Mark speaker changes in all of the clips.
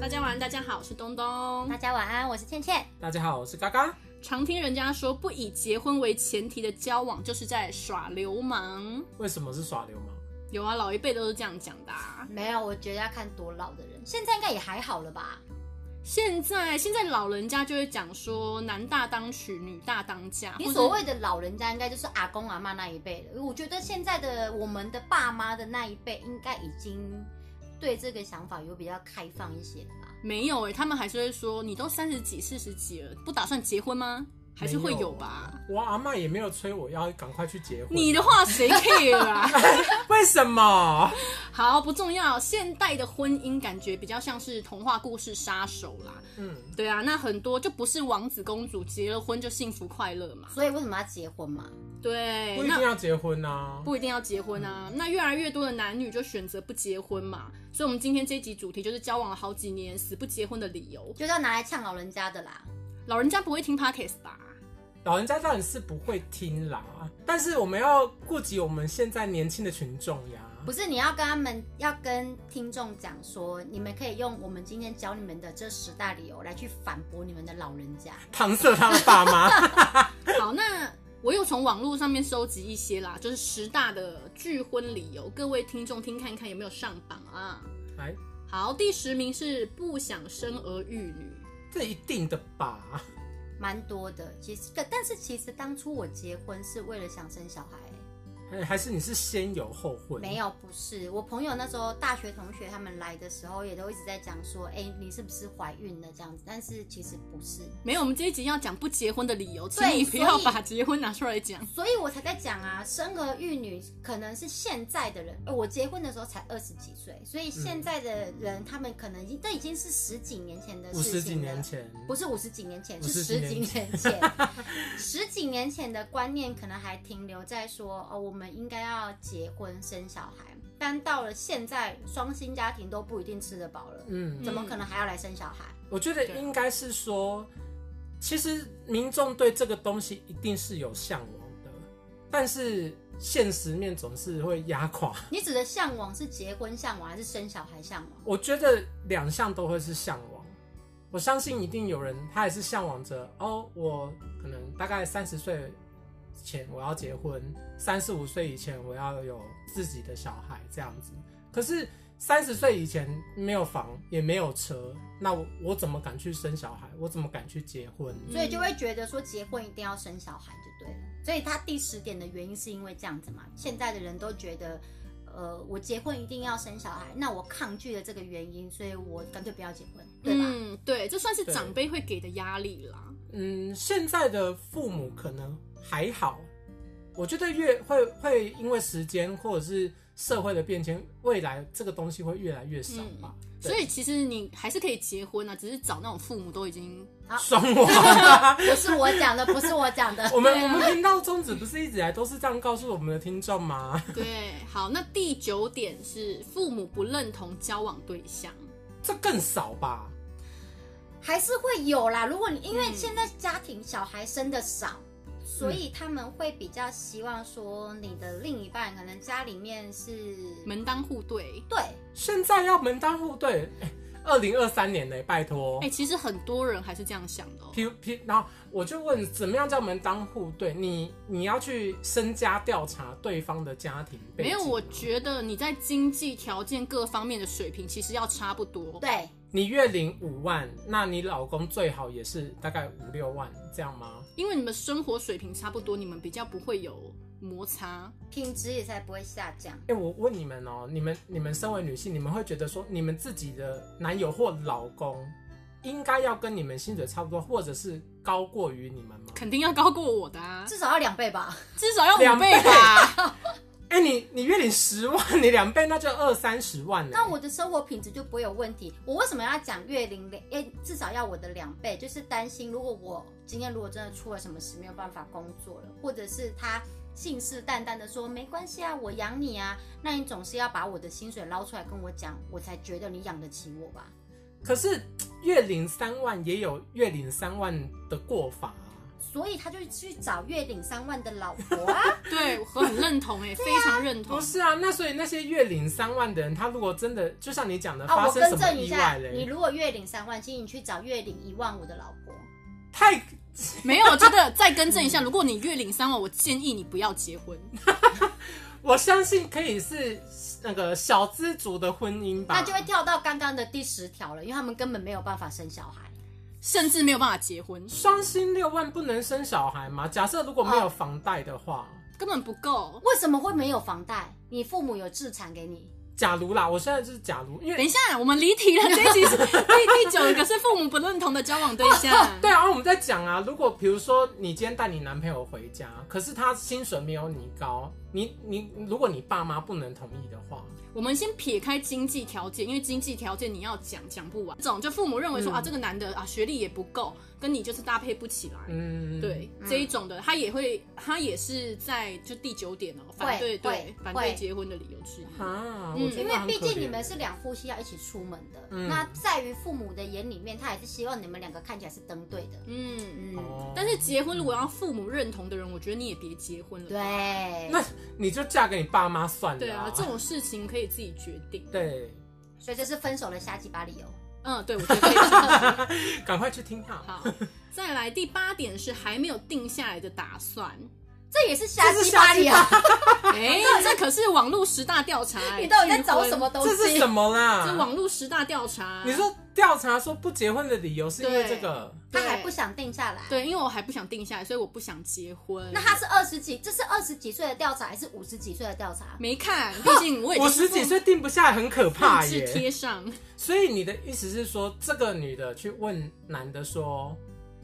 Speaker 1: 大家晚安，大家好，我是东东
Speaker 2: 大。家晚安，我是倩倩。
Speaker 3: 大家好，我是嘎嘎。
Speaker 1: 常听人家说，不以结婚为前提的交往就是在耍流氓。
Speaker 3: 为什么是耍流氓？
Speaker 1: 有啊，老一辈都是这样讲的、啊。
Speaker 2: 没有，我觉得要看多老的人，现在应该也还好了吧？
Speaker 1: 现在现在老人家就会讲说，男大当娶，女大当嫁。
Speaker 2: 你
Speaker 1: 或是
Speaker 2: 所谓的老人家，应该就是阿公阿妈那一辈了。我觉得现在的我们的爸妈的那一辈，应该已经对这个想法有比较开放一些了吧？
Speaker 1: 没有哎、他们还是会说，你都三十几、四十几了，不打算结婚吗？还是会有吧？
Speaker 3: 我阿嬷也没有催我要赶快去结
Speaker 2: 啊
Speaker 3: 婚。
Speaker 1: 你的话谁 care 啊？
Speaker 3: 为什么？
Speaker 1: 好，不重要。现代的婚姻感觉比较像是童话故事杀手啦。
Speaker 3: 嗯，
Speaker 1: 对啊，那很多就不是王子公主结了婚就幸福快乐嘛。
Speaker 2: 所以为什么要结婚嘛？
Speaker 1: 对，
Speaker 3: 嗯不一定
Speaker 1: 那
Speaker 3: 要结婚啊。
Speaker 1: 不一定要结婚啊。那越来越多的男女就选择不结婚嘛。所以，我们今天这一集主题就是交往了好几年死不结婚的理由。
Speaker 2: 就是要拿来呛老人家的啦。
Speaker 1: 老人家不会听 podcast 吧？
Speaker 3: 老人家当然是不会听啦，但是我们要顾及我们现在年轻的群众呀。
Speaker 2: 不是，你要跟他们，要跟听众讲说，你们可以用我们今天教你们的这十大理由来去反驳你们的老人家。
Speaker 3: 搪塞他的 爸妈。
Speaker 1: 好，那我又从网络上面收集一些啦，就是十大的拒婚理由，各位听众听看看有没有上榜啊？
Speaker 3: 哎，
Speaker 1: 好，第十名是不想生儿育女。
Speaker 3: 这一定的吧？
Speaker 2: 蛮多的，其实但但是其实当初我结婚是为了想生小孩、
Speaker 3: 哎还是你是先有后婚？
Speaker 2: 没有不是。我朋友那时候大学同学他们来的时候，也都一直在讲说，哎、你是不是怀孕了这样子？但是其实不是，
Speaker 1: 没有，我们这一集要讲不结婚的理由，请
Speaker 2: 对
Speaker 1: 你不要
Speaker 2: 所以
Speaker 1: 把结婚拿出来讲。
Speaker 2: 所以我才在讲啊，生儿育女可能是现在的人，呃我结婚的时候才二十几岁，所以
Speaker 3: 嗯
Speaker 2: 现在的人、他们可能已经这已经是十几年前的
Speaker 3: 五十
Speaker 2: 事
Speaker 3: 几
Speaker 2: 情了
Speaker 3: 年。前，
Speaker 2: 不是五十几年前，是
Speaker 3: 50
Speaker 2: 十
Speaker 3: 几
Speaker 2: 几
Speaker 3: 年
Speaker 2: 年前。 十几年前的观念可能还停留在说，哦，我们应该要结婚生小孩。但到了现在，双薪家庭都不一定吃得饱了，
Speaker 3: 嗯，
Speaker 2: 怎么可能还要来生小孩？
Speaker 3: 我觉得
Speaker 1: 对
Speaker 3: 应该是说，其实民众对这个东西一定是有向往的，但是现实面总是会压垮。
Speaker 2: 你指的向往是结婚向往，还是生小孩向往？
Speaker 3: 我觉得两项都会是向往。我相信一定有人他也是向往着哦，我可能大概三十岁前我要结婚，三十五岁以前我要有自己的小孩这样子。可是三十岁以前没有房也没有车，那我我怎么敢去生小孩？我怎么敢去结婚？
Speaker 2: 所以就会觉得说，结婚一定要生小孩就对了。所以他第十点的原因是因为这样子嘛，现在的人都觉得。呃，我结婚一定要生小孩，那我抗拒了这个原因，所以我干脆不要结婚，对吧？
Speaker 1: 嗯，对，这算是
Speaker 3: 对
Speaker 1: 长辈会给的压力啦。
Speaker 3: 嗯，现在的父母可能还好，我觉得越会会因为时间或者是社会的变迁，未来这个东西会越来越少吧。对
Speaker 1: 嗯所以其实你还是可以结婚啊，只是找那种父母都已 经
Speaker 3: 双
Speaker 1: 啊
Speaker 3: 亡，啊
Speaker 2: 不是我讲的，不是我讲 的。
Speaker 3: 我们我们频道宗旨不是一直以来都是这样告诉我们的听众吗？
Speaker 1: 对。好，那第九点是父母不认同交往对象。
Speaker 3: 这更少吧？
Speaker 2: 还是会有啦。如果你因为
Speaker 1: 嗯
Speaker 2: 现在家庭小孩生的少，所以他们会比较希望说你的另一半可能家里面是
Speaker 1: 门当户对，
Speaker 2: 对，
Speaker 3: 现在要门当户对，哎二零二三年呢、拜托
Speaker 1: 哎、。其实很多人还是这样想的、哦。
Speaker 3: P P，然后我就问，怎么样叫门当户对？你你要去身家调查对方的家庭背
Speaker 1: 没
Speaker 3: 景
Speaker 1: 有，
Speaker 3: 吗
Speaker 1: 我觉得你在经济条件各方面的水平其实要差不多。
Speaker 2: 对
Speaker 3: 你月领五万，那你老公最好也是大概五六万，这样吗？
Speaker 1: 因为你们生活水平差不多，你们比较不会有摩擦。
Speaker 2: 品质也才不会下降。
Speaker 3: 哎、我问你们哦、你们你们身为女性，你们会觉得说，你们自己的男友或老公应该要跟你们薪水差不多，或者是高过于你们吗？
Speaker 1: 肯定要高过我的啊，
Speaker 2: 至少要两倍吧，
Speaker 1: 至少要五
Speaker 3: 两
Speaker 1: 倍
Speaker 3: 倍
Speaker 1: 吧。
Speaker 3: 哎、你你月领十万，你两倍那就二三十万了、
Speaker 2: 那我的生活品质就不会有问题。我为什么要讲月龄的？诶，至少要我的两倍，就是担心如果我今天如果真的出了什么事没有办法工作了，或者是他信誓旦旦的说没关系啊，我养你啊，那你总是要把我的薪水捞出来跟我讲，我才觉得你养得起我吧。
Speaker 3: 可是月领三万也有月领三万的过法啊、
Speaker 2: 所以他就去找月领三万的老婆 啊。
Speaker 1: 对，我很认同
Speaker 3: 啊
Speaker 1: 哎、非常认同
Speaker 2: 哦
Speaker 3: 不。是啊，那所以那些月领三万的人，他如果真的就像你讲的，
Speaker 2: 啊，
Speaker 3: 发
Speaker 2: 我
Speaker 3: 生
Speaker 2: 更
Speaker 3: 什么
Speaker 2: 正一
Speaker 3: 意
Speaker 2: 下
Speaker 3: 外，
Speaker 2: 你
Speaker 3: 嘞，
Speaker 2: 如果月领三万，请你去找月领一万五的老婆。
Speaker 3: 太
Speaker 1: 没有，真的再更正一下，如果你月领三万，我建议你不要结婚。
Speaker 3: 我相信可以是那个小资族的婚姻吧，
Speaker 2: 那就会跳到刚刚的第十条了，因为他们根本没有办法生小孩。
Speaker 1: 甚至没有办法结婚，
Speaker 3: 双薪六万不能生小孩吗？假设如果没有房贷的话，
Speaker 1: 根本不够。
Speaker 2: 为什么会没有房贷？你父母有自产给你？
Speaker 3: 假如啦，我现在就是假如，因
Speaker 1: 等
Speaker 3: 为
Speaker 1: 一下，我们离题了。这一集是第第九个是父母不认同的交往对象，
Speaker 3: 对啊，我们在讲啊，如果比如说你今天带你男朋友回家，可是他薪水没有你高，你你如果你爸妈不能同意的话，
Speaker 1: 我们先撇开经济条件，因为经济条件你要讲讲不完。这种就父母认为说、
Speaker 3: 嗯
Speaker 1: 啊，这个男的啊学历也不够，跟你就是搭配不起来。
Speaker 3: 嗯，
Speaker 1: 对、
Speaker 2: 嗯
Speaker 1: 这一种的，他也会，他也是在就第九点哦，反对对
Speaker 2: 会
Speaker 1: 反对
Speaker 2: 会
Speaker 1: 结婚的理由之一。
Speaker 3: 啊，
Speaker 1: 嗯
Speaker 3: 我觉
Speaker 2: 因
Speaker 3: 得
Speaker 2: 为
Speaker 3: 很
Speaker 2: 毕
Speaker 3: 可
Speaker 2: 竟
Speaker 3: 怜
Speaker 2: 你们是两夫妻要一起出门的，
Speaker 3: 嗯
Speaker 2: 那在于父母的眼里面，他也是希望你们两个看起来是登对的。
Speaker 1: 嗯，
Speaker 2: 嗯，
Speaker 3: 哦
Speaker 1: 但是结婚如果要父母认同的人，我觉得你也别结婚了。
Speaker 2: 对。
Speaker 3: 那你就嫁给你爸妈算了、
Speaker 1: 对啊，这种事情可以自己决定。
Speaker 3: 对，
Speaker 2: 所以这是分手的下几把理由。
Speaker 1: 嗯，对，我觉得可以这样子。
Speaker 3: 赶快去听哈。
Speaker 1: 好，再来第八点是还没有定下来的打 算。
Speaker 2: 这也是瞎鸡巴理由，
Speaker 1: 哎、这可是网络十大调查、哎
Speaker 2: 你到底在找什？么
Speaker 1: 拒
Speaker 2: 东
Speaker 3: 这是
Speaker 2: 西
Speaker 3: 什？么啦？
Speaker 1: 婚这网络十大调查，
Speaker 3: 你说调查说不结婚的理由是因为这个？
Speaker 2: 他还不想定下来。
Speaker 1: 对，因为我还不想定下来，所以我不想结婚。
Speaker 2: 那他是二十几，这是二十几岁的调查还是五十几岁的调查？
Speaker 1: 没看， 毕竟我已经
Speaker 3: 我十几岁定不下来，很可怕
Speaker 1: 复制
Speaker 3: 耶。
Speaker 1: 贴上，
Speaker 3: 所以你的意思是说，这个女的去问男的说，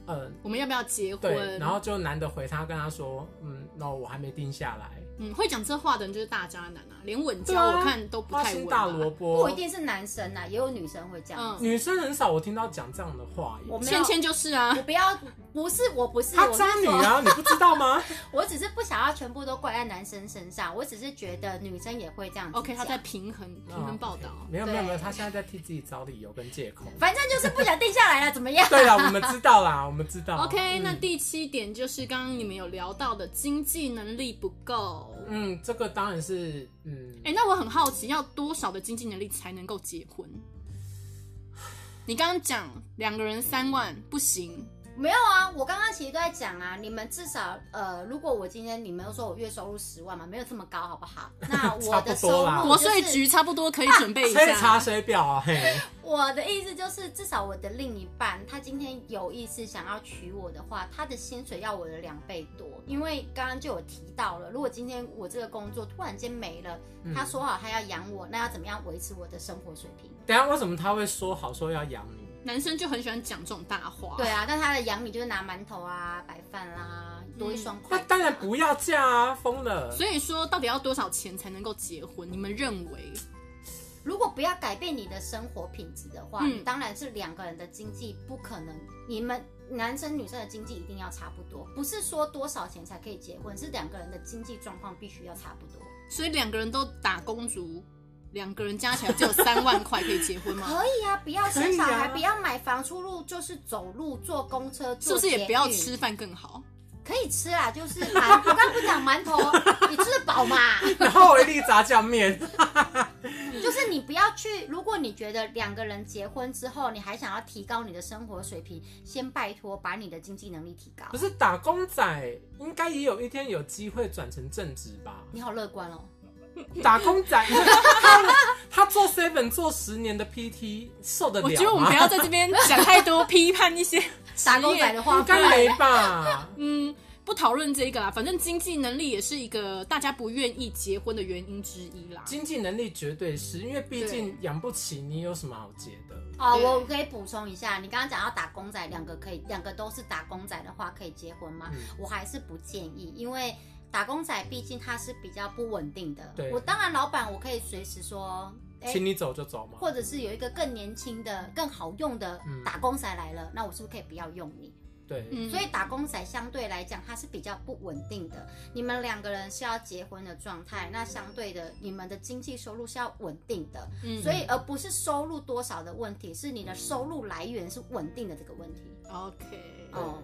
Speaker 3: 呃，
Speaker 1: 我们要不要结
Speaker 3: 对，
Speaker 1: 婚？
Speaker 3: 然后就男的回他，跟他说，嗯，no，我还没定下来。
Speaker 1: 嗯，会讲这话的人就是大渣男啊，连稳
Speaker 3: 对
Speaker 1: 交
Speaker 3: 啊
Speaker 1: 我看都不
Speaker 3: 花
Speaker 1: 太
Speaker 3: 心
Speaker 1: 稳
Speaker 3: 大
Speaker 1: 吧。
Speaker 3: 萝
Speaker 2: 不
Speaker 3: 卜
Speaker 2: 一，定是男生啊呐，也有女生会这样。
Speaker 1: 嗯
Speaker 3: 女生很少我听到讲这样的话耶
Speaker 2: 我。没有
Speaker 1: 芊芊就是啊
Speaker 2: 我，不要，不是，我不是，
Speaker 3: 她
Speaker 2: 我是
Speaker 3: 嗯渣女
Speaker 2: 说，
Speaker 3: 啊，你不知道吗？
Speaker 2: 我只是不想要全部都怪在男生身上，我只是觉得女生也会这样子
Speaker 1: OK，他
Speaker 2: 讲
Speaker 1: 在平衡
Speaker 3: 哦
Speaker 1: 平衡报道。
Speaker 3: 啊没有没有没有，
Speaker 2: 对
Speaker 3: 他现在在替自己找理由跟借口。
Speaker 2: 反正就是不想定下来了，怎么样？
Speaker 3: 对啦，我们知道啦，我们知道。
Speaker 1: OK，、
Speaker 3: 嗯
Speaker 1: 那第七点就是刚刚你们有聊到的经济能力不够。
Speaker 3: 嗯，这个当然是嗯，
Speaker 1: 哎、那我很好奇，要多少的经济能力才能够结婚？你刚刚讲两个人三万不行，
Speaker 2: 没有啊，我刚刚其实都在讲啊，你们至少呃，如果我今天你们又说我月收入十万嘛，没有这么高，好不好？ 那我的
Speaker 3: 差不多
Speaker 2: 收
Speaker 3: 啦
Speaker 2: 入、
Speaker 1: 国
Speaker 2: 哦就是，
Speaker 1: 税局差不多可以准备一
Speaker 3: 谁查
Speaker 1: 下。
Speaker 3: 谁表啊？嘿，
Speaker 2: 我的意思就是，至少我的另一半他今天有意思想要娶我的话，他的薪水要我的两倍多，因为刚刚就有提到了，如果今天我这个工作突然间没了，
Speaker 3: 嗯
Speaker 2: 他说好他要养我，那要怎么样维持我的生活水平？
Speaker 3: 等一下为什么他会说好说要养你？
Speaker 1: 男生就很喜欢讲这种大话。
Speaker 2: 对，啊，但他的养你就是拿馒头啊、白饭啦、
Speaker 1: 嗯
Speaker 2: 多一双筷
Speaker 3: 那
Speaker 2: 子啊、
Speaker 3: 当然不要嫁啊，疯了！
Speaker 1: 哎所以说到底要多少钱才能够结婚？你们认为？
Speaker 2: 如果不要改变你的生活品质的话，
Speaker 1: 嗯
Speaker 2: 你当然是两个人的经济不可能，你们男生女生的经济一定要差不多，不是说多少钱才可以结婚，是两个人的经济状况必须要差不多。
Speaker 1: 所以两个人都打工族，两个人加起来只有三万块可以结婚吗？
Speaker 2: 可以啊，不要生小
Speaker 3: 可以啊
Speaker 2: 孩，不要买房出入，就是走路、坐公车、
Speaker 1: 是不
Speaker 2: 坐
Speaker 1: 是
Speaker 2: 捷运
Speaker 1: 也不要？吃饭更好？
Speaker 2: 可以吃啊，就是馒，我刚不是讲馒头，你吃得 饱嘛？
Speaker 3: 然后一粒炸酱啊面，
Speaker 2: 就是你不要去，如果你觉得两个人结婚之后，你还想要提高你的生活水平，先拜托把你的经济能力提高
Speaker 3: 不。是打工仔，应该也有一天有机会转成正职吧？
Speaker 2: 你好乐观哦。
Speaker 1: 嗯
Speaker 3: 打 工仔，他他做 seven 做十年的 PT 受得了
Speaker 1: 我
Speaker 3: 吗？
Speaker 1: 觉得我们不要在这边讲太 多批判一些
Speaker 2: 打工仔
Speaker 1: 啊
Speaker 2: 的话，
Speaker 3: 应该没 吧？
Speaker 1: 嗯，不讨论这个啦，反正经济能力也是一个大家不愿意结婚的原因之一啦。
Speaker 3: 经济能力绝对是因为毕竟养不起，你有什么好结的？
Speaker 2: 哦，
Speaker 1: 对
Speaker 2: 我可以补充一下，你刚刚讲到打工仔，两个可以，两个都是打工仔的话，可以结婚吗？
Speaker 3: 嗯
Speaker 2: 我还是不建议，因为打工仔毕竟他是比较不稳定的。
Speaker 3: 对
Speaker 2: 我当然老板我可以随时说，哎、
Speaker 3: 请你走就走嘛。
Speaker 2: 或者是有一个更年轻的、更好用的
Speaker 3: 嗯
Speaker 2: 打工仔来了，那我是不是可以不要用你？
Speaker 3: 对，
Speaker 1: 嗯，
Speaker 2: 所以打工仔相对来讲，他是比较不稳定的。你们两个人是要结婚的状态，那相对的，你们的经济收入是要稳定的。
Speaker 1: 嗯
Speaker 2: 所以而不是收入多少的问题，是你的收入来源是稳定的这个问题。
Speaker 1: OK，
Speaker 3: 对
Speaker 2: 哦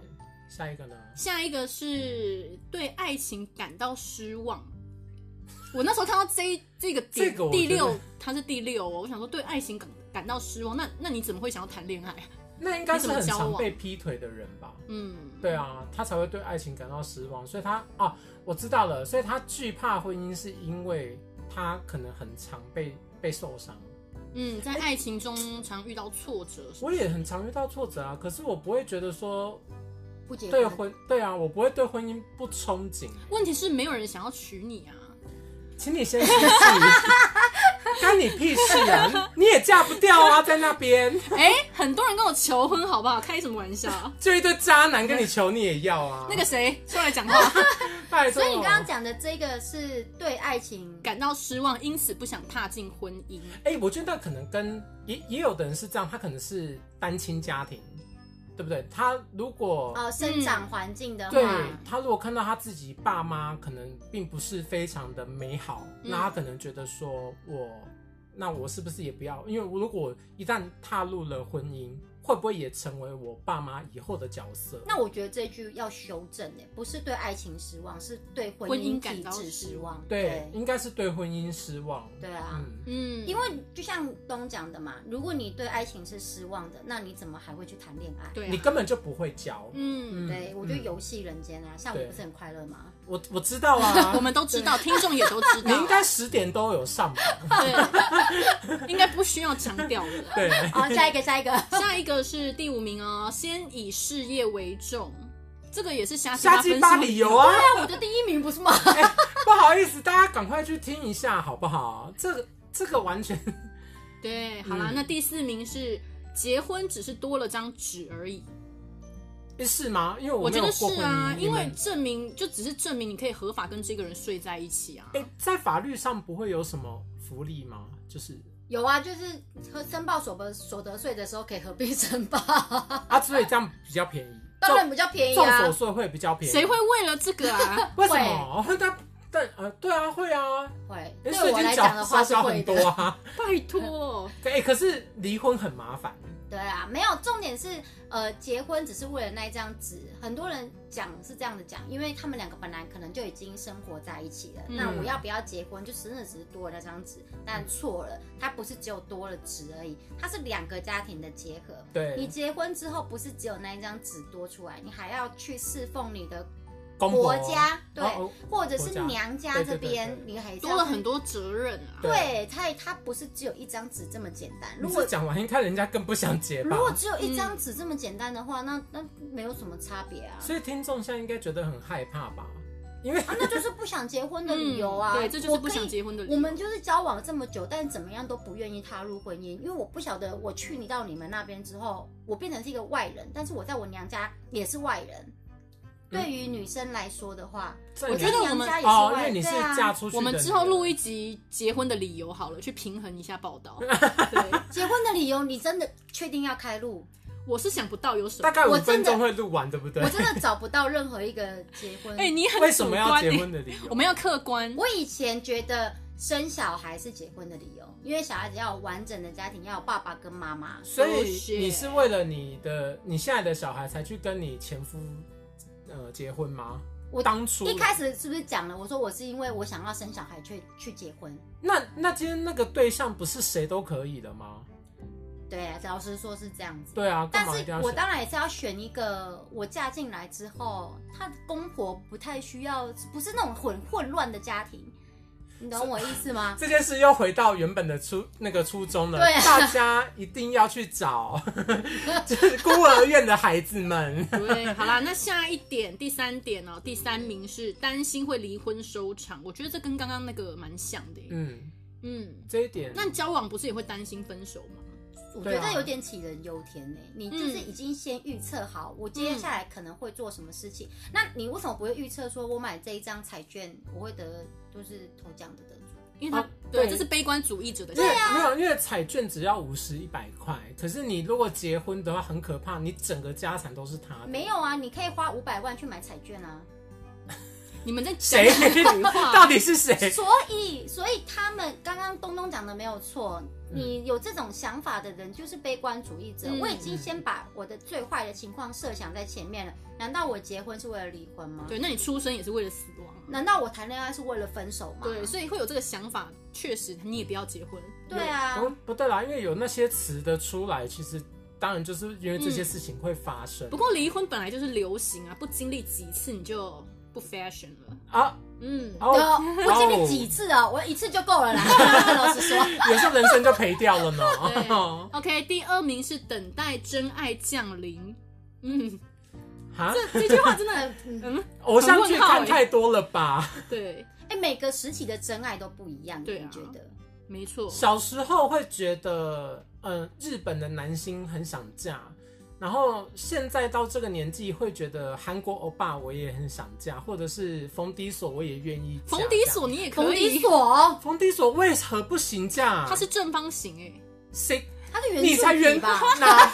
Speaker 3: 下一个呢？
Speaker 1: 下一个是对爱情感到失望。我那时候看到这一这个第
Speaker 3: 这个我
Speaker 1: 第
Speaker 3: 觉得
Speaker 1: 六，它是第六哦，我想说对爱情感感到失望，那那你怎么会想要谈恋爱？
Speaker 3: 那应该是很
Speaker 1: 你怎么交
Speaker 3: 常
Speaker 1: 往
Speaker 3: 被劈腿的人吧？
Speaker 1: 嗯，
Speaker 3: 对啊，他才会对爱情感到失望，所以他啊，我知道了，所以他惧怕婚姻是因为他可能很常被被受伤。
Speaker 1: 嗯，在爱情中常遇到挫折，
Speaker 3: 我也很常遇到挫折啊，可是我不会觉得说
Speaker 2: 不结
Speaker 3: 对
Speaker 2: 婚，
Speaker 3: 婚，对啊，我不会对婚姻不憧憬。
Speaker 1: 问题是没有人想要娶你啊。
Speaker 3: 请你先休息，干你屁事啊！你也嫁不掉啊，在那边
Speaker 1: 哎、很多人跟我求婚，好不好？开什么玩笑？
Speaker 3: 就一堆渣男跟你求，你也要啊？
Speaker 1: 那个谁出来讲话，
Speaker 3: 拜托，
Speaker 2: 所以你刚刚讲的这个是对爱情
Speaker 1: 感到失望，因此不想踏进婚姻。
Speaker 3: 哎、我觉得可能跟也也有的人是这样，他可能是单亲家庭，对不对？他如果、
Speaker 2: 哦生长环境的
Speaker 3: 对
Speaker 2: 话，
Speaker 3: 他如果看到他自己爸妈可能并不是非常的美好，
Speaker 1: 嗯
Speaker 3: 那他可能觉得说我那我是不是也不要？因为我如果一旦踏入了婚姻，会不会也成为我爸妈以后的角色？
Speaker 2: 那我觉得这句要修正哎，不是对爱情失望，是对婚
Speaker 1: 婚姻
Speaker 2: 姻
Speaker 1: 感
Speaker 2: 体
Speaker 1: 到
Speaker 2: 制
Speaker 1: 失
Speaker 2: 失望。
Speaker 3: 对，应该是对婚姻失望。
Speaker 2: 对啊，
Speaker 3: 嗯，
Speaker 1: 嗯，
Speaker 2: 因为就像东讲的嘛，如果你对爱情是失望的，那你怎么还会去谈恋爱？
Speaker 1: 对、
Speaker 3: 你
Speaker 1: 啊，
Speaker 3: 根本就不会教。
Speaker 1: 嗯，
Speaker 3: 嗯
Speaker 2: 对，我就
Speaker 3: 嗯
Speaker 2: 游戏人间啊，像我
Speaker 3: 对
Speaker 2: 不是很快乐吗？
Speaker 3: 我我知道 啊，
Speaker 1: 我们都知道，听众也都知
Speaker 3: 你应
Speaker 1: 道，
Speaker 3: 该十点都有上吧？
Speaker 1: 对，应该不需要强调了。
Speaker 3: 对。
Speaker 2: 好，哦下一个，下一个，
Speaker 1: 下一个是第五名哦，先以事业为重，这个也是瞎
Speaker 3: 瞎鸡
Speaker 1: 分
Speaker 3: 巴
Speaker 1: 析
Speaker 3: 理由啊！
Speaker 2: 那我的第一名不是吗？
Speaker 3: 不好意思，大家赶快去听一下好不好？这个这个完全
Speaker 1: 对，好啦，
Speaker 3: 嗯
Speaker 1: 那第四名是结婚只是多了张纸而已，
Speaker 3: 是吗？因为
Speaker 1: 我
Speaker 3: 没
Speaker 1: 觉
Speaker 3: 有
Speaker 1: 得
Speaker 3: 过
Speaker 1: 是
Speaker 3: 婚
Speaker 1: 啊
Speaker 3: 姻，，你
Speaker 1: 因为
Speaker 3: 们
Speaker 1: 证明就只是证明你可以合法跟这个人睡在一起啊。
Speaker 3: 哎、在法律上不会有什么福利吗？就是
Speaker 2: 有啊，就是和申报所得所得税的时候可以合并申 报，
Speaker 3: 啊，所以这样比较便宜，
Speaker 2: 当然比较便宜
Speaker 3: 重所
Speaker 2: 啊。
Speaker 3: 税会比较便宜。
Speaker 1: 谁会为了这个啊？
Speaker 3: 为什么？但但呃，对啊，会啊，
Speaker 2: 会，对
Speaker 3: 诶
Speaker 2: 我
Speaker 3: 税
Speaker 2: 来
Speaker 3: 金
Speaker 2: 讲
Speaker 3: 缴
Speaker 2: 的
Speaker 3: 少
Speaker 2: 话是
Speaker 3: 缴
Speaker 2: 会的
Speaker 3: 很多。啊。
Speaker 1: 拜托，
Speaker 3: 哎、可是离婚很麻烦。
Speaker 2: 对啊，没有重点是，呃，结婚只是为了那一张纸，很多人讲是这样子讲，因为他们两个本来可能就已经生活在一起了，
Speaker 1: 嗯
Speaker 2: 那我要不要结婚，就真的只是多了那张纸，但错了，它不是只有多了纸而已，它是两个家庭的结合。你
Speaker 3: 对，
Speaker 2: 结婚之后，不是只有那一张纸多出来，你还要去侍奉你的
Speaker 3: 公婆
Speaker 2: 国家，对，
Speaker 3: 哦
Speaker 2: 或者
Speaker 3: 国
Speaker 2: 是
Speaker 3: 家
Speaker 2: 娘家
Speaker 3: 对
Speaker 2: 这
Speaker 3: 对对
Speaker 2: 边
Speaker 3: 对，
Speaker 2: 你还是要
Speaker 1: 多了
Speaker 2: 去
Speaker 1: 很。多责任啊。
Speaker 3: 对
Speaker 2: 对，它它不是只有一张纸这么简单。如
Speaker 3: 如
Speaker 2: 果
Speaker 3: 果讲完，应该人家更不想结吧
Speaker 2: 如。果只有一
Speaker 1: 嗯
Speaker 2: 张纸这么简单的话，那那没有什么差别啊。
Speaker 3: 所以听众现在应该觉得很害怕吧？因为
Speaker 2: 啊，那就是不想结婚的
Speaker 1: 嗯
Speaker 2: 理由啊。
Speaker 1: 对，这就是不想结婚的
Speaker 2: 我
Speaker 1: 理
Speaker 2: 可以。
Speaker 1: 由。
Speaker 2: 我们就是交往这么久，但怎么样都不愿意踏入婚姻，因为我不晓得我去你到你们那边之后，我变成是一个外人，但是我在我娘家也是外人。对于女生来说的话，
Speaker 3: 在
Speaker 2: 我
Speaker 3: 嗯你
Speaker 2: 在
Speaker 1: 觉得我
Speaker 2: 娘
Speaker 1: 们
Speaker 2: 家也
Speaker 3: 哦
Speaker 2: 是，
Speaker 3: 因
Speaker 2: 外
Speaker 3: 为你
Speaker 2: 人，
Speaker 3: 是
Speaker 2: 对
Speaker 3: 嫁
Speaker 2: 啊。
Speaker 3: 出去的女人，
Speaker 1: 我们之后录一集结婚的理由好了，去平衡一下报 道。对，
Speaker 2: 结婚的理由，你真的确定要开路？
Speaker 1: 我是想不到有什
Speaker 3: 大
Speaker 1: 么。
Speaker 3: 概五
Speaker 2: 我真
Speaker 3: 分
Speaker 2: 的
Speaker 3: 钟会录完，对不对
Speaker 2: 我？真的找不到任何一个结 婚。
Speaker 1: 哎、你很
Speaker 3: 为什么要
Speaker 1: 主
Speaker 3: 结
Speaker 1: 观
Speaker 2: 欸
Speaker 3: 婚的 理
Speaker 1: 我
Speaker 3: 由？
Speaker 1: 们要客观。
Speaker 2: 我以前觉得生小孩是结婚的理由，因为小孩子要有完整的家庭，要有爸爸跟妈妈。
Speaker 3: 所以
Speaker 1: 是
Speaker 3: 你是为了你的你现在的小孩才去跟你前夫呃结婚吗？
Speaker 2: 我
Speaker 3: 当初
Speaker 2: 一开始是不是讲了？我说我是因为我想要生小孩去去结婚。
Speaker 3: 那那今天那个对象不是谁都可以的吗？
Speaker 2: 对啊，老实说是这样子。
Speaker 3: 对啊，
Speaker 2: 但
Speaker 3: 干嘛一
Speaker 2: 是
Speaker 3: 定要
Speaker 2: 我
Speaker 3: 选？
Speaker 2: 当然也是要选一个，我嫁进来之后，她的公婆不太需要，不是那种混混乱的家庭，你懂我意思吗？
Speaker 3: 这件事又回到原本的初那个初衷了，
Speaker 2: 对啊
Speaker 3: 大家一定要去找， 就是孤儿院的孩子们。
Speaker 1: 对，好啦，那下一点，第三点哦，第三名是担心会离婚收场。我觉得这跟刚刚那个蛮像的耶。
Speaker 3: 嗯，
Speaker 1: 嗯，
Speaker 3: 这一点
Speaker 1: 那交往不是也会担心分手吗？
Speaker 2: 我觉
Speaker 3: 对啊
Speaker 2: 得有点杞人忧天呢、你就是已经先预测好，我接下来可能会做什么事情，那你为什么不会预测说我买这一张彩券，我会得就是头奖的得主？
Speaker 1: 因为他、
Speaker 3: 啊
Speaker 1: 对
Speaker 3: 对
Speaker 1: 这是悲观主义者的
Speaker 3: 因
Speaker 1: 想
Speaker 3: 为
Speaker 1: 法。
Speaker 3: 没有，因为彩券只要五十一百块，可是你如果结婚的话很可怕，你整个家产都是他的。
Speaker 2: 啊没有啊，你可以花五百万去买彩券啊。
Speaker 1: 你们在讲
Speaker 3: 谁
Speaker 1: 什么话？
Speaker 3: 到底是谁？
Speaker 2: 所以，所以他们刚刚东东讲的没有错，你有这种想法的人就是悲观主义者。
Speaker 1: 嗯
Speaker 2: 我已经先把我的最坏的情况设想在前面了，难道我结婚是为了离婚吗？
Speaker 1: 对，那你出生也是为了死亡啊。
Speaker 2: 难道我谈恋爱是为了分手吗？
Speaker 1: 对，所以会有这个想法，确实你也不要结婚。
Speaker 2: 啊对啊，
Speaker 3: 不不对啦，因为有那些词的出来，其实当然就是因为这些事情会发生、
Speaker 1: 不过离婚本来就是流行啊，不经历几次你就不 fashion 了。
Speaker 3: 啊，
Speaker 1: 嗯，
Speaker 3: 哦，
Speaker 2: 有我经历几次哦，我一次就够了 啦。老实说，
Speaker 3: 也是人生就赔掉了
Speaker 1: 对
Speaker 3: 呢。
Speaker 1: OK，第二名是等待真爱降临。嗯，
Speaker 3: 哈，
Speaker 1: 这句话真 的很嗯，
Speaker 3: 偶像
Speaker 1: 很
Speaker 3: 剧
Speaker 1: 问号
Speaker 3: 看
Speaker 1: 欸
Speaker 3: 太多了吧？
Speaker 1: 对，
Speaker 2: 哎，每个时期的真爱都不一样，
Speaker 1: 对啊
Speaker 2: 你觉得？
Speaker 1: 没错。
Speaker 3: 小时候会觉得，嗯、日本的男星很想嫁，然后现在到这个年纪会觉得韩国欧巴我也很想嫁，或者是冯迪索我也愿意嫁。
Speaker 1: 冯迪索，你也
Speaker 2: 冯
Speaker 1: 可
Speaker 2: 迪
Speaker 1: 以，
Speaker 2: 索，
Speaker 3: 冯迪索为何不行嫁？
Speaker 1: 他是正方形哎，
Speaker 3: 谁？
Speaker 2: 他是
Speaker 3: 你
Speaker 2: 原
Speaker 3: 才
Speaker 2: 住
Speaker 3: 圆
Speaker 2: 民吧？
Speaker 1: 啊
Speaker 3: 哪？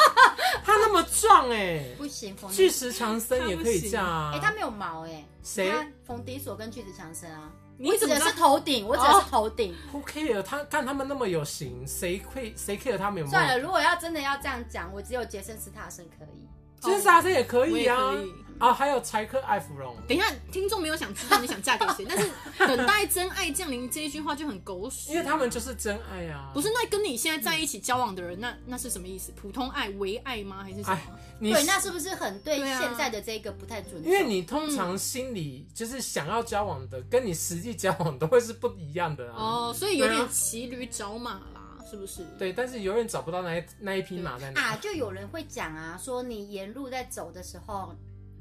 Speaker 3: 他那么壮哎、
Speaker 2: 不行，冯
Speaker 3: 巨
Speaker 2: 迪，
Speaker 3: 石强森也可以嫁啊。
Speaker 2: 哎，他没有毛哎，
Speaker 3: 谁
Speaker 2: 他冯迪索跟巨石强森啊。
Speaker 1: 你
Speaker 2: 指
Speaker 1: 怎么
Speaker 2: 的
Speaker 1: 知
Speaker 2: 是
Speaker 1: 道？哦
Speaker 2: 头顶，我指的是头顶。
Speaker 3: Who care？他看他们那么有型，谁会谁 care 他们有没有？
Speaker 2: 算了，如果要真的要这样讲，我只有杰森斯塔森可以。
Speaker 3: 金莎莎也可
Speaker 1: 我
Speaker 3: 以
Speaker 1: 也
Speaker 3: 啊
Speaker 1: 可。以。
Speaker 3: 啊，还有柴克艾芙蓉，
Speaker 1: 等一下，听众没有想知道你想嫁给 谁，但是等待真爱降临这一句话就很狗屎，
Speaker 3: 因为他们就是真爱啊。
Speaker 1: 不是那跟你现在在一起交往的人，那那是什么意思？普通爱、唯爱吗？还是什么？
Speaker 3: 哎你，
Speaker 2: 对，那是不是很对
Speaker 1: 对啊
Speaker 2: 现在的这个嗯不太准？
Speaker 3: 因为你通常心里就是想要交往的，跟你实际交往都会是不一样的啊。
Speaker 1: 哦，所以有
Speaker 3: 对啊
Speaker 1: 点骑驴找马啦，是不是？
Speaker 3: 对，但是永远找不到那一那一匹马在哪。
Speaker 2: 啊，就有人会讲啊，说你沿路在走的时候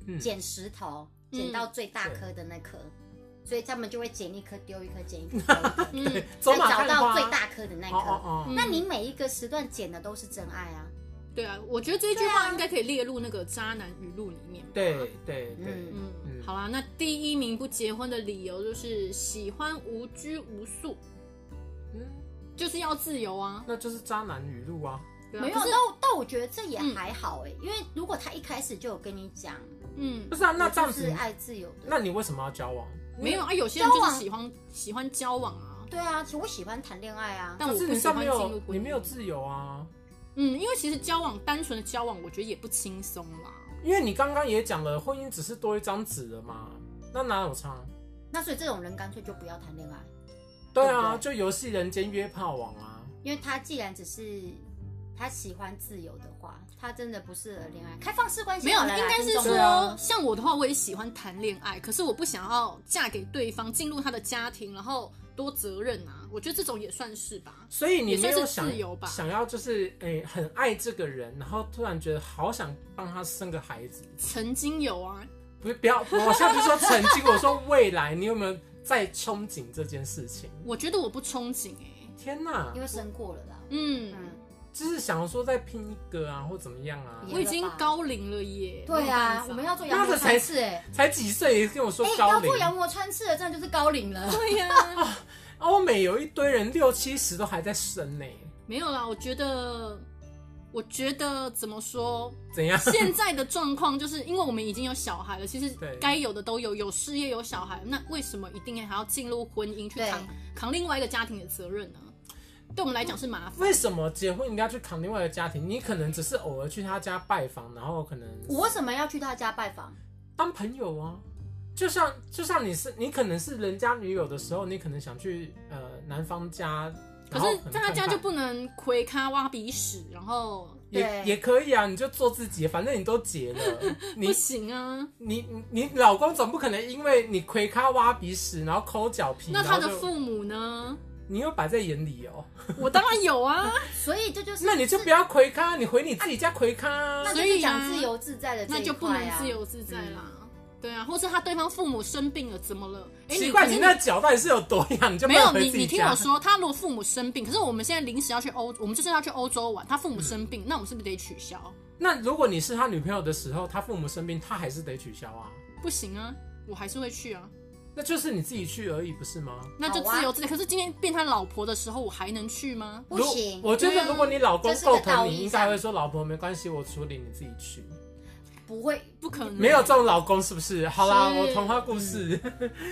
Speaker 3: 嗯，
Speaker 2: 捡石头，
Speaker 1: 嗯
Speaker 2: 捡到最大颗的那颗，所以他们就会捡一颗丢一颗，捡一颗 丢一颗，
Speaker 1: 嗯，
Speaker 3: 走
Speaker 2: 再
Speaker 3: 马
Speaker 2: 找
Speaker 3: 看
Speaker 2: 到
Speaker 3: 花。
Speaker 2: 最大颗的那
Speaker 3: 哦哦
Speaker 2: 颗。
Speaker 3: 哦，
Speaker 1: 嗯
Speaker 2: 那你每一个时段捡的都是真爱啊。
Speaker 1: 对啊，我觉得这一句话应该可以列入那个渣男语录里面。，
Speaker 3: 对对对
Speaker 2: 嗯，
Speaker 1: 嗯，
Speaker 3: 嗯
Speaker 1: 好啦，那第一名不结婚的理由就是喜欢无拘无束，
Speaker 3: 嗯，
Speaker 1: 就是要自由啊。
Speaker 3: 那就是渣男语录啊。
Speaker 1: 对啊
Speaker 2: 没有，
Speaker 1: 可
Speaker 2: 但
Speaker 1: 是
Speaker 2: 我但我觉得这也
Speaker 1: 嗯
Speaker 2: 还好哎、因为如果他一开始就有跟你讲，
Speaker 1: 嗯
Speaker 3: 不，是啊，那
Speaker 2: 我
Speaker 3: 这样
Speaker 2: 就是
Speaker 3: 子，
Speaker 2: 爱自由的
Speaker 3: 那你为什么要交往？
Speaker 1: 没有啊，有些人就是喜欢喜欢交往啊，
Speaker 2: 对啊，其实我喜欢谈恋爱啊，
Speaker 1: 但我
Speaker 3: 可是
Speaker 1: 不
Speaker 3: 你
Speaker 1: 喜
Speaker 3: 这样
Speaker 1: 欢
Speaker 3: 没
Speaker 1: 进入
Speaker 3: 有
Speaker 1: 婚姻。
Speaker 3: 你没有自由啊，
Speaker 1: 嗯，因为其实交往单纯的交往，我觉得也不轻松啦。
Speaker 3: 因为你刚刚也讲了，婚姻只是多一张纸了嘛，那哪有差？
Speaker 2: 那所以这种人干脆就不要谈恋爱，
Speaker 3: 对啊，
Speaker 2: 对不对
Speaker 3: 就游戏人间约炮王啊。
Speaker 2: 因为他既然只是他喜欢自由的话，他真的不适合恋爱，开放式关系
Speaker 1: 没有，
Speaker 2: 好了啦
Speaker 1: 应该是
Speaker 2: 啊听众
Speaker 1: 说，
Speaker 3: 对啊
Speaker 1: 像我的话，我也喜欢谈恋爱，可是我不想要嫁给对方，进入他的家庭，然后多责任啊。我觉得这种也算是吧。
Speaker 3: 所以你没有
Speaker 1: 也算
Speaker 3: 想
Speaker 1: 是自由吧
Speaker 3: 想要就是诶、很爱这个人，然后突然觉得好想帮他生个孩子，
Speaker 1: 曾经有啊，
Speaker 3: 不是不要， 我现在不是说曾经，我说未来，你有没有在憧憬这件事情？
Speaker 1: 我觉得我不憧憬哎、
Speaker 3: 天哪
Speaker 2: 因，为生过了啦，
Speaker 1: 嗯，
Speaker 2: 嗯，
Speaker 3: 就是想说再拼一个啊，或怎么样啊？
Speaker 2: 也
Speaker 1: 我已经高龄了耶。
Speaker 2: 对
Speaker 1: 没有办
Speaker 2: 啊
Speaker 1: 法，
Speaker 2: 我们要做羊膜穿刺哎、
Speaker 3: 才几岁也跟我说
Speaker 2: 哎、
Speaker 3: 高
Speaker 2: 要
Speaker 3: 龄
Speaker 2: 做，羊膜穿刺的，真的就是高龄了。
Speaker 1: 对呀、
Speaker 3: 欧、美有一堆人六七十都还在生呢、
Speaker 1: 没有啦。我觉得，我觉得怎么说，
Speaker 3: 怎样？
Speaker 1: 现在的状况就是因为我们已经有小孩了，其实
Speaker 3: 对
Speaker 1: 该有的都有，有事业有小孩，那为什么一定还要进入婚姻去扛扛另外一个家庭的责任呢？对我们来讲是麻烦。
Speaker 3: 为什么结婚你要去扛另外一个家庭？你可能只是偶尔去他家拜访，然后可能
Speaker 2: 我为什么要去他家拜访？
Speaker 3: 当朋友啊。就像就像你是你可能是人家女友的时候，你可能想去呃男方家，
Speaker 1: 可
Speaker 3: 然后
Speaker 1: 是，在他家
Speaker 3: 看看
Speaker 1: 就不能窥咖挖鼻屎，然后
Speaker 3: 也
Speaker 2: 对
Speaker 3: 也可以啊，你就做自己，反正你都结 了，你
Speaker 1: 不行啊。
Speaker 3: 你你你老公总不可能因为你葵咖挖鼻屎，然后抠脚皮，
Speaker 1: 那他的
Speaker 3: 然后就
Speaker 1: 父母呢？
Speaker 3: 你又摆在眼里哦，
Speaker 1: 我当然有啊。
Speaker 2: 所以这就是
Speaker 3: 那你就不要葵咖，你回你自己家葵咖啊、
Speaker 2: 那就
Speaker 1: 所以啊
Speaker 2: 是讲自由自在的这
Speaker 1: 那
Speaker 2: 一块
Speaker 1: 就
Speaker 2: 啊，
Speaker 1: 不能自由自在啦。
Speaker 3: 嗯
Speaker 1: 对啊，或是他对方父母生病了，怎么了？哎、
Speaker 3: 奇怪，
Speaker 1: 可是
Speaker 3: 你那脚到底是有多痒？你就不
Speaker 1: 没有
Speaker 3: 要回
Speaker 1: 你，
Speaker 3: 自
Speaker 1: 你
Speaker 3: 己
Speaker 1: 听
Speaker 3: 家
Speaker 1: 我。说，他如果父母生病，可是我们现在临时要去欧，我们就是要去欧洲玩，他父母生
Speaker 3: 嗯
Speaker 1: 病，那我们是不是得取消？
Speaker 3: 那如果你是他女朋友的时候，他父母生病，他还是得取消啊，
Speaker 1: 不行啊，我还是会去啊，
Speaker 3: 那就是你自己去而已，不是吗？
Speaker 1: 那就
Speaker 2: 好啊
Speaker 1: 自由自在。可是今天变他老婆的时候，我还能去吗？
Speaker 2: 不行嗯
Speaker 3: 如。我觉
Speaker 1: 对啊
Speaker 3: 得如果你老公够
Speaker 2: 这是个道
Speaker 3: 疼
Speaker 2: 义
Speaker 3: 你，应该会说老婆没关系，我处理你自己去。
Speaker 2: 嗯不会
Speaker 1: 不可能，
Speaker 3: 没有这种老公是不是？好啦，
Speaker 1: 是
Speaker 3: 我童话故事，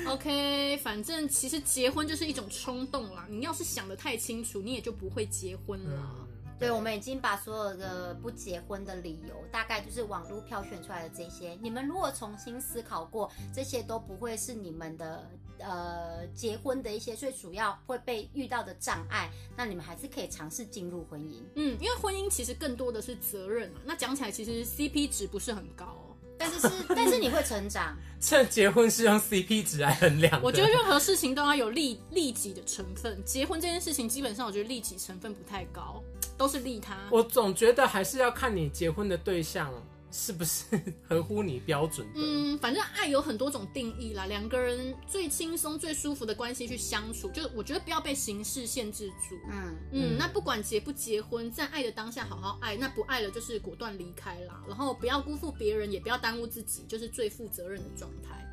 Speaker 1: OK，反正其实结婚就是一种冲动啦。你要是想的太清楚，你也就不会结婚了。
Speaker 3: 嗯
Speaker 2: 对，我们已经把所有的不结婚的理由，大概就是网络票选出来的这些。你们如果重新思考过，这些都不会是你们的呃结婚的一些最主要会被遇到的障碍，那你们还是可以尝试进入婚姻。
Speaker 1: 嗯，因为婚姻其实更多的是责任啊嘛。那讲起来，其实 CP 值不是很高哦。
Speaker 2: 但是是，但是你会成长，
Speaker 3: 趁结婚是用 CP 值来衡量的。
Speaker 1: 我觉得任何事情都要有利利己的成分，结婚这件事情基本上我觉得利己成分不太高，都是利他。
Speaker 3: 我总觉得还是要看你结婚的对象是不是合乎你标准的。
Speaker 1: 嗯，反正爱有很多种定义啦，两个人最轻松、最舒服的关系去相处，就是我觉得不要被形式限制住。
Speaker 2: 嗯，
Speaker 1: 嗯，
Speaker 3: 嗯
Speaker 1: 那不管结不结婚，在爱的当下好好爱，那不爱了就是果断离开啦，然后不要辜负别人，也不要耽误自己，就是最负责任的状态。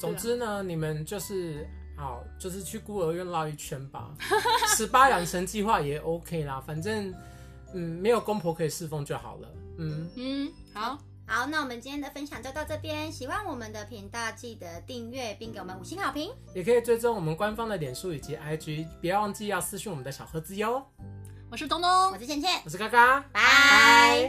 Speaker 3: 总之呢，你们就是好，就是去孤儿院绕一圈吧。 十八养成计划也 OK 啦，反正嗯，没有公婆可以侍奉就好了。嗯，
Speaker 1: 嗯，好，
Speaker 2: 好，那我们今天的分享就到这边。喜欢我们的频道，记得订阅并给我们五星好评。
Speaker 3: 也可以追踪我们官方的脸书以及 IG，不要忘记要私讯我们的小盒子哟。
Speaker 1: 我是东东
Speaker 2: 我，是倩倩，
Speaker 3: 我是嘎嘎，
Speaker 2: 拜。